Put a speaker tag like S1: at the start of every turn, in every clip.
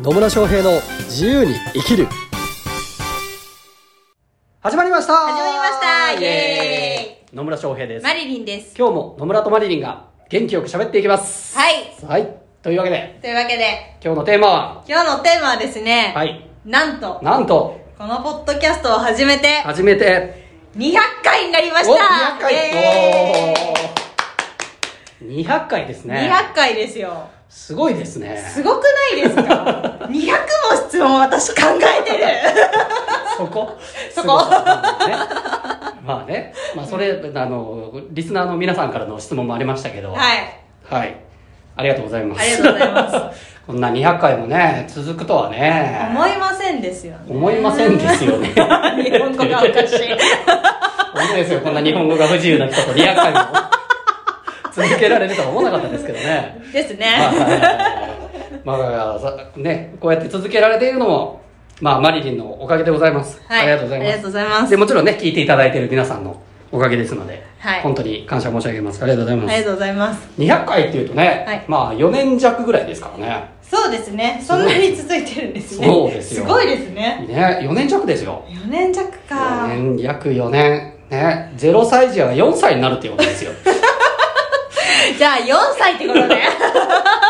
S1: 野村翔平の自由に生きる始まりました
S2: 始まりましたイエ
S1: ーイ野村翔平です
S2: マリリンです。
S1: 今日も野村とマリリンが元気よく喋っていきます
S2: はい。
S1: はいというわけで
S2: というわけで、
S1: 今日のテーマは
S2: 今日のテーマはですね、
S1: はい
S2: なんと、
S1: なんと
S2: このポッドキャストを始めて、
S1: 初めて
S2: 200回になりまし
S1: お
S2: た
S1: 200回、
S2: イエ
S1: おー200回です
S2: ーイ
S1: ね
S2: !200 回ですよ。
S1: すごいですね
S2: すごくないです か ?200 も質問私考えてる
S1: そこ
S2: そこ
S1: すごいねまあね、まあそれ、あの、リスナーの皆さんからの質問もありましたけど、
S2: はい。
S1: はい。ありがとうございます。
S2: ありがとうございま
S1: こんな200回もね、続くとはね、
S2: 思いませんですよね。
S1: 思いませんですよね
S2: 日本語がおかしい。
S1: 思うですよ、こんな日本語が不自由な人と200回 も続けられるとは思わなかったですけど ね。
S2: です
S1: まあ
S2: ね。
S1: まあさね、こうやって続けられているのも、まあ、マリリンのおかげでございます。
S2: はい
S1: ありがとうございます
S2: ありがとうございます
S1: で、もちろんね、聞いていただいている皆さんのおかげですので、
S2: はい
S1: 本当に感謝申し上げます。ありがとうございます。
S2: ありがとうございます。
S1: 200回っていうとね、
S2: はい
S1: まあ、4年弱ぐらいですからね。
S2: そうですね。そんなに続いてるんですね。
S1: そうですよ
S2: すごいですね。
S1: ね、4年弱ですよ。
S2: 4年弱か。
S1: 4年、約4年。ね、0歳児が4歳になるっていうことですよ。
S2: じゃあ4歳ってことね。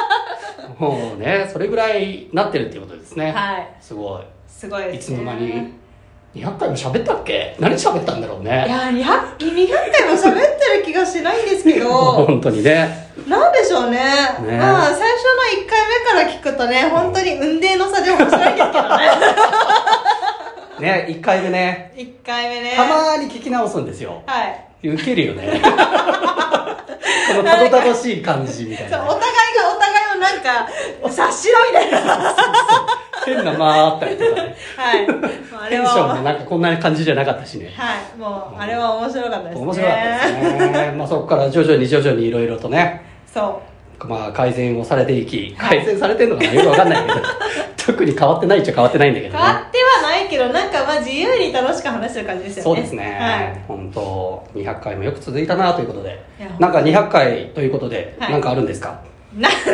S1: もうね、それぐらいなってるっていうことですね。
S2: はい
S1: すごい。
S2: すごい
S1: い
S2: で
S1: つ
S2: す、ね。
S1: の間に200回も喋ったっけ何喋ったんだろう
S2: い
S1: ね
S2: や、200、200回も喋ってる気がしないんです けど、
S1: 本当にね
S2: なんでしょうね。
S1: ね
S2: まあ、最初の1回目から聞くとね、本当に運命の差で面白いですけど ね。
S1: ね1回目ね
S2: 1回目ね。
S1: たまに聞き直すんですよ
S2: はい。
S1: ウケるよ ねこのたどたどしい感じみたい
S2: そうお
S1: な
S2: 互いがお互いをなんか、察しろみた いな。
S1: 変な間あったりとかね
S2: はい。もうあ
S1: テ
S2: れ
S1: ンションも
S2: は、
S1: なんかこんな感じじゃなかったしね
S2: はい。もう、あれは面白かったですね。
S1: 面白かったですねまあそこから徐々に徐々にいろいろとね
S2: そ
S1: まあ改善をされていき
S2: はい
S1: 改善されてるのかなよくわかんないけど 特に変わってないっちゃ変わってないんだけ
S2: う。
S1: ど
S2: 変わ
S1: ね
S2: ってはないけど、なんかまあ自由に楽しく話してる感じですよね。
S1: そうですね、
S2: はい。
S1: 本当200回もよく続いたなということで
S2: いや
S1: なんか200回ということで、
S2: はい
S1: なんかあるんですか
S2: ななんか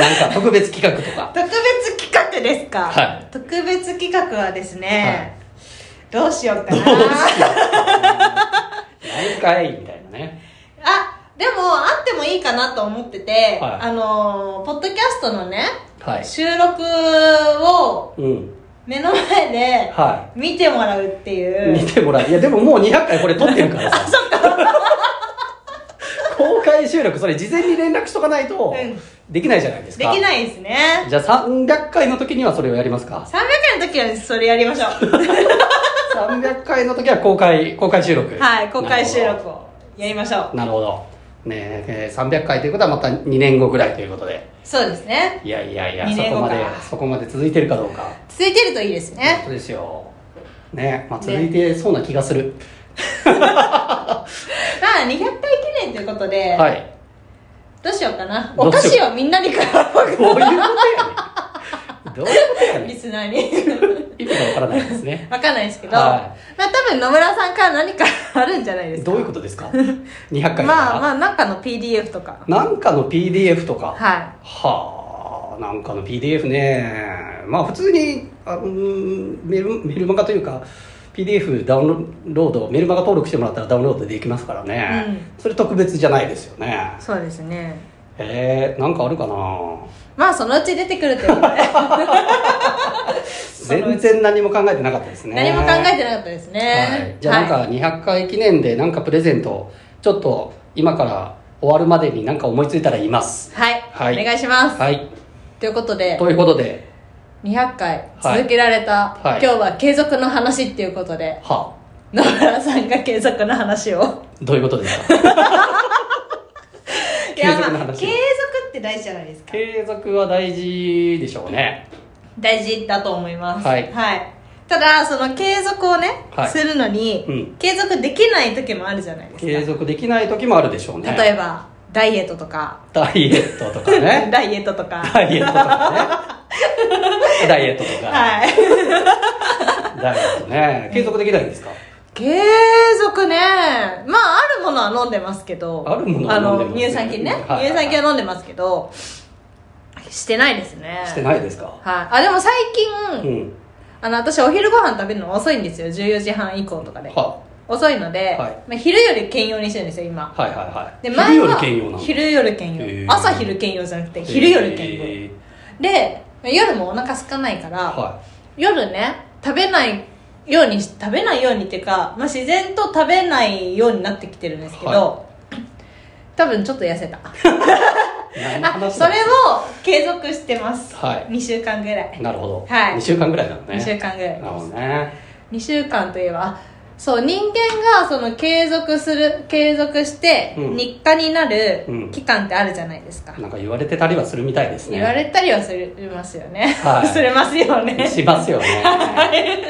S1: なんか特別企画と か
S2: 特別企画ですか、
S1: はい
S2: 特別企画はですね、どうしようか
S1: どう
S2: な
S1: しよう何回みたいなね
S2: あでもあってもいいかなと思ってて、
S1: はい
S2: あのーポッドキャストのね
S1: はい
S2: 収録を
S1: うん
S2: 目の前で
S1: は
S2: 見てもらうって
S1: い
S2: いう
S1: 見てもらういやでももう200回これ撮ってるから さ公開収録それ事前に連絡しとかないと
S2: うん
S1: できないじゃないです
S2: で
S1: か、
S2: きないですね
S1: じゃあ300回の時にはそれをやりますか
S2: 300回の時はそれやりましょう
S1: 300回の時は公開公開収録
S2: はい公開収
S1: なるほど
S2: 録をやりましょう
S1: なるほど。ねえ、えー300回ということはまた2年後ぐらいということで。
S2: そうですね
S1: いやいやいや、
S2: 2
S1: そ
S2: 年
S1: こ
S2: 後
S1: ま
S2: か
S1: で、そこまで続いてるかどうか。
S2: 続いてるといいですね
S1: そうですよ。ねまあ
S2: ね
S1: 続いてそうな気がする。
S2: まあ200回記念ということで、
S1: はい。
S2: どうしようかな。
S1: ど
S2: お
S1: う
S2: 菓
S1: し
S2: 子
S1: よ
S2: をみんなに買お
S1: どういう
S2: う
S1: こ とやねん。どういうことやね
S2: リ
S1: ん。
S2: スナーに。
S1: 意味がわからないですね。
S2: わかんないですけど、
S1: は
S2: まあ多分野村さんから何かあるんじゃないですか。
S1: どういうことですか ?200 回から。
S2: まあまあなんかの PDF とか。
S1: なんかの PDF とか。
S2: は
S1: はあ、なんかの PDF ね。まあ普通に、あうーんメルメルマガというか、PDF ダウンロード、メルマガ登録してもらったらダウンロードできますからね。それ特別じゃないですよね
S2: い。。そうですね。
S1: えー、なんかあるかな
S2: まあそのうち出てくるということ で、のう
S1: 全
S2: ち
S1: 然何も考えてなかったですね。
S2: 何も考え
S1: て
S2: てなかったです
S1: は
S2: ね
S1: い。。じゃあなんか200回記念でなんかプレゼント、ちょっと今から終わるまでになんか思いついたら言います。
S2: はい。
S1: は
S2: はいい。お願いします。
S1: はい。
S2: ということで、
S1: ということで、
S2: 200回
S1: はい
S2: 続けられた、
S1: はい
S2: 今日は継続の話っていうことで、
S1: はあ、
S2: 野村さんが継続の話を。
S1: どういうことですか
S2: いやまあ
S1: 継続の話
S2: 継続って大事じゃないですか。
S1: 継続は大事でしょうね
S2: 大事だと思います
S1: はい
S2: ただその継続をね、
S1: はい
S2: するのに、
S1: うん
S2: 継続できない時もあるじゃないですか
S1: 継続できない時もあるでしょうね
S2: 例え
S1: ば
S2: ばダイエットとか、
S1: ダイエットとかね
S2: ダイエットとか
S1: ダイエットとか ねダイエットとか、
S2: はい
S1: ダイエットね継続できないんですか
S2: 継続ねまああるものは飲んでますけど
S1: あるものは飲んでますね
S2: あの乳酸菌ね、
S1: はいはいはい
S2: 乳酸菌は飲んでますけどしてないですね
S1: してないですか
S2: はいあでも最近、
S1: うん
S2: あの私お昼ご飯食べるの遅いんですよ14時半以降とかで
S1: は
S2: 遅いので、
S1: はい
S2: まあ、昼より兼用にしてるんですよ今
S1: はいはいはい
S2: で
S1: 昼より
S2: は
S1: 兼用なの
S2: 昼夜兼
S1: へ
S2: 用
S1: ー
S2: 朝昼兼用じゃなくて昼夜兼用、
S1: え
S2: で夜もお腹空かないから、
S1: ーは
S2: 夜ね食べないようにし食べないようにっていうか、まあ、自然と食べないようになってきてるんですけど、
S1: は
S2: 多分ちょっと痩せた
S1: い何の
S2: あ
S1: 話
S2: そ
S1: だ
S2: れを継続してます、
S1: はい
S2: 2週間ぐらい、
S1: なるほど、
S2: はい
S1: 2週間ぐらいなのね
S2: 2週間ぐらい
S1: なるほどね
S2: 2週間といえばあそう人間がその継続する継続して
S1: うん
S2: 日課になる
S1: うん
S2: 期間ってあるじゃないですか、
S1: なんか言われてたりはするみたいですね
S2: 言われたりはするますよね、
S1: はい
S2: するますよね
S1: しますよね、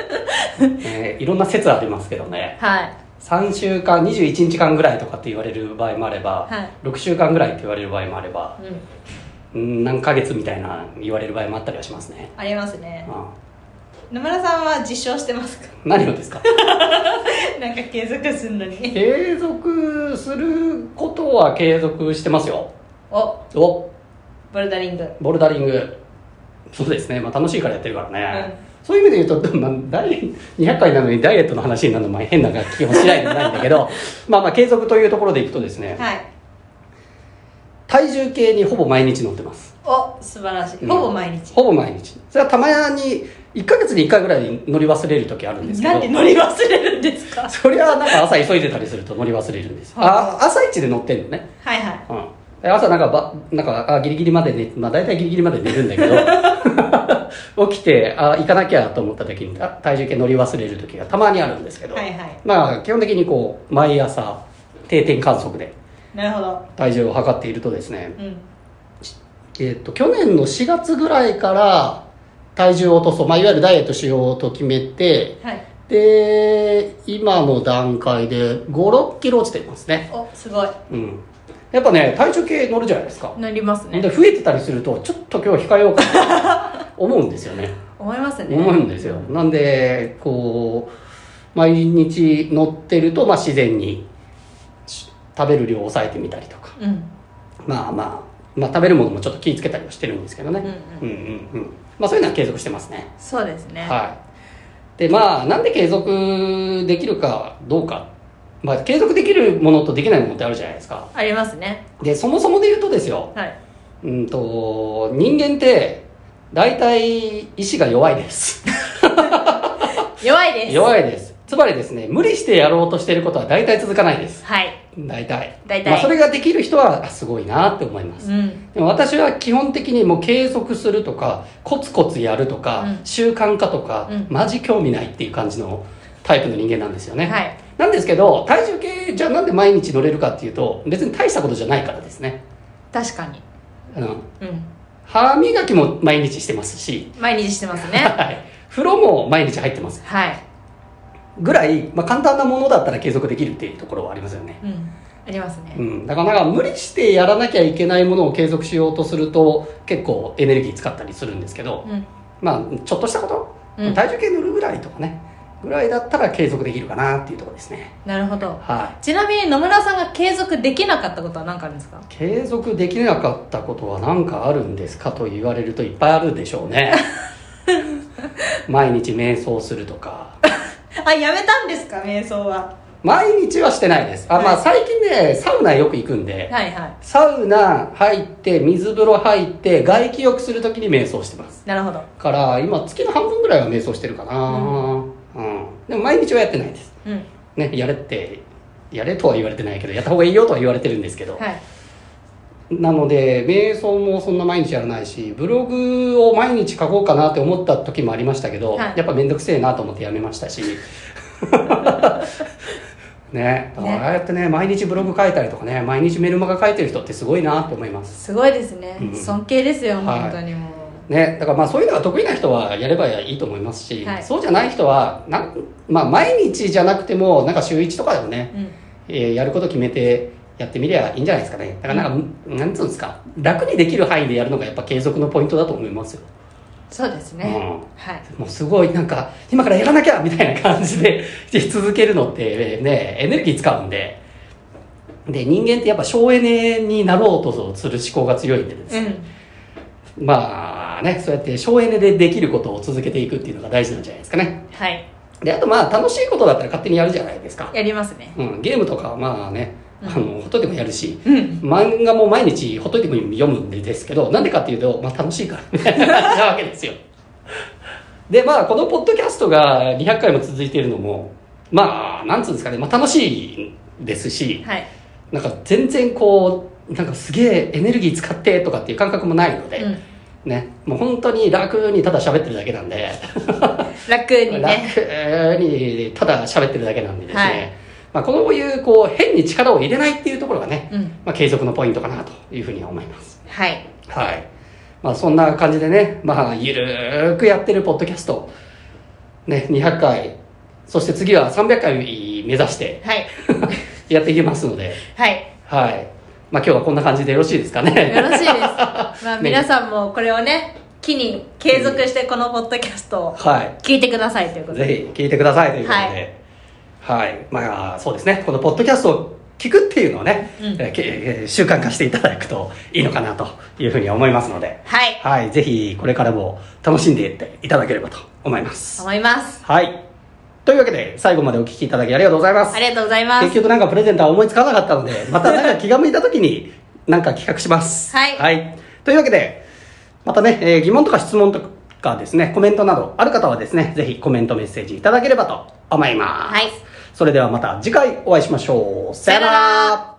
S1: ねいろんな説ありますけどね
S2: はい
S1: 3週間21日間ぐらいとかって言われる場合もあれば、
S2: はい
S1: 6週間ぐらいって言われる場合もあれば
S2: うん
S1: うん何ヶ月みたいな言われる場合もあったりはしますね、
S2: ありますね
S1: うん
S2: 野村さんは実証してますか
S1: 何をですか
S2: なんか継続するのに
S1: 継続することは継続してますよ
S2: お
S1: お
S2: ボルダリングう
S1: ボルダリングそうですね、まあ、楽しいからやってるからね、
S2: う
S1: そういう意味で言うと、 まあ、ダイ200回なのにダイエットの話になるのはまあ変な気もしないでもないんだけ どまあまあ継続というところでいくとですね、
S2: はい
S1: 体重計にほぼ毎日乗ってます
S2: お素晴らしい、
S1: うん
S2: ほぼ毎日
S1: ほぼ毎日それはたまに1ヶ月に1回ぐらい乗り忘れる時あるんですけ
S2: な
S1: ど
S2: んで乗り忘れるんですか
S1: それはなんか朝急いでたりすると乗り忘れるんですよあ朝一で乗ってんのね
S2: はいはい
S1: うんで朝なんかばなんかあギリギリまで寝まあ大体ギリギリまで寝るんだけど 起きてあ行かなきゃと思った時にあ体重計乗り忘れる時がたまにあるんですけど、
S2: はいはい
S1: まあ基本的にこう毎朝定点観測で
S2: なるほど
S1: 体重を測っているとですね、
S2: うん
S1: えっと去年の4月ぐらいから体重を落とそう、まあ、いわゆるダイエットしようと決めて
S2: はい
S1: で今の段階で5 6キロ落ちてますね
S2: おすごい
S1: うんやっぱね体重計乗るじゃないですか
S2: 乗りますね
S1: で増えてたりするとちょっと今日控えようかな と思うんですよね
S2: 思いますね
S1: 思うんですよなんでこう毎日乗ってると、まあ、自然にし食べる量を抑えてみたりとか
S2: うんうん
S1: まあまあまあ食べるものもちょっと気をつけたりはしてるんですけどね
S2: う
S1: うんうんうんまあそういうのは継続してますね
S2: そうですね
S1: はいでまあなんで継続できるかどうかまあ継続できるものとできないものってあるじゃないですか
S2: ありますね
S1: でそもそもで言うとですよ
S2: はい
S1: うんと人間って大体意志が弱いです
S2: 弱いです
S1: 弱いですつまりですね無理してやろうとしていることは大体続かないです
S2: はい
S1: 大体
S2: 大体
S1: まあ、それができる人はあすごいなって思います、
S2: うん
S1: でも私は基本的にもう継続するとかコツコツやるとか、
S2: うん
S1: 習慣化とか、
S2: うん
S1: マジ興味ないっていう感じのタイプの人間なんですよね、
S2: はい
S1: なんですけど体重計じゃあなんで毎日乗れるかっていうと別に大したことじゃないからですね、
S2: 確かに
S1: うん、
S2: うん
S1: 歯磨きも毎日してますし、
S2: 毎日してますね
S1: はい、風呂も毎日入ってます
S2: はい
S1: ぐらい、まあ、簡単なものだったら継続できるっていうところはありますよね、
S2: うんありますね
S1: うん、だからなんか無理してやらなきゃいけないものを継続しようとすると結構エネルギー使ったりするんですけど、
S2: うん
S1: まあ、ちょっとしたこと、
S2: うん
S1: 体重計乗るぐらいとかねぐらいだったら継続できるかなっていうところですね
S2: なるほど
S1: はい
S2: ちなみに野村さんが継続できなかったことは何かあるんですか
S1: 継続できなかったことは何かあるんですかと言われるといっぱいあるでしょう ね毎日瞑想するとか
S2: あやめたんですか瞑想は
S1: 毎日はしてないですあ、ま
S2: は
S1: あ最近ねサウナよく行くんで、
S2: はいはい
S1: サウナ入って水風呂入って外気浴するときに瞑想してます
S2: なるほど
S1: から今月の半分ぐらいは瞑想してるかなうん、でも毎日はやってないです
S2: うん
S1: ねやれってやれとは言われてないけどやった方がいいよとは言われてるんですけど、
S2: はい
S1: なので瞑想もそんな毎日やらないしブログを毎日書こうかなって思った時もありましたけど、
S2: はい
S1: やっぱ面倒くせえなと思ってやめま したしねだからああやってね毎日ブログ書いたりとかね毎日メルマガ書いてる人ってすごいなと思います
S2: すごいですね
S1: うん
S2: 尊敬ですよ
S1: はい
S2: 本当にもう
S1: ね、だからまあそういうのが得意な人はやればいいと思いますし、
S2: はい
S1: そうじゃない人はなん、まあ、毎日じゃなくてもなんか週1とかでもね、
S2: うん
S1: えーやること決めてやってみりゃいいんじゃないですかねだからなんか、なんつうんですか楽にできる範囲でやるのがやっぱ継続のポイントだと思いますよ、
S2: そうですねはい
S1: うん、もうすごいなんか今からやらなきゃみたいな感じで 続けるのってねエネルギー使うんでで人間ってやっぱ省エネになろうとする思考が強いんでですね
S2: うん
S1: まあねそうやって省エネでできることを続けていくっていうのが大事なんじゃないですかね
S2: はい
S1: であとまあ楽しいことだったら勝手にやるじゃないですか、
S2: やりますね
S1: うん、ゲームとかはまあね
S2: うん
S1: あのほっといてもやるし
S2: うん
S1: 漫画も毎日ほっといても読むんですけどなんでかっていうと、まあ、楽しいから みたいな感じなわけですよでまあこのポッドキャストが200回も続いているのもまあなんつうんですかね、まあ、楽しいですし
S2: はい
S1: なんか全然こうなんかすげえエネルギー使ってとかっていう感覚もないので、
S2: うん
S1: ねもう本当に楽にただ喋ってるだけなんで
S2: 楽にね
S1: 楽にただ喋ってるだけなんでですね、
S2: はい
S1: まあ、こういうこう変に力を入れないっていうところがね、
S2: うん
S1: まあ、継続のポイントかなというふうには思います
S2: はい
S1: はい、まあ、そんな感じでね、まあ、ゆるーくやってるポッドキャスト、ね、200回そして次は300回目指して
S2: はい
S1: やっていきますので、
S2: はい
S1: はいまあ、今日はこんな感じでよろしいですか
S2: よ
S1: ね
S2: ろしいです まあ皆さんもこれをね機に継続してこのポッドキャストを
S1: はい
S2: 聞いてくださいということで
S1: ぜひ聞いてくださいということで、はいまあそうですねこのポッドキャストを聞くっていうのをね、
S2: うん
S1: えーけえー習慣化していただくといいのかなというふうに思いますので、
S2: はい
S1: はい、ぜひこれからも楽しんでいっていただければと思います。
S2: 思います
S1: はい。というわけで、最後までお聞きいただきありがとうございます
S2: あ。りがとうございま
S1: 結
S2: す
S1: 局なんかプレゼントは思いつかなかったので、またなんか気が向いた時 に、なんか企画します。
S2: はい
S1: というわけで、またね、えー疑問とか質問とかですね、コメントなどある方はですね、ぜひコメントメッセージいただければと思います。
S2: はい
S1: それではまた次回お会いしましょう。さよな
S2: さよな
S1: ら
S2: ら。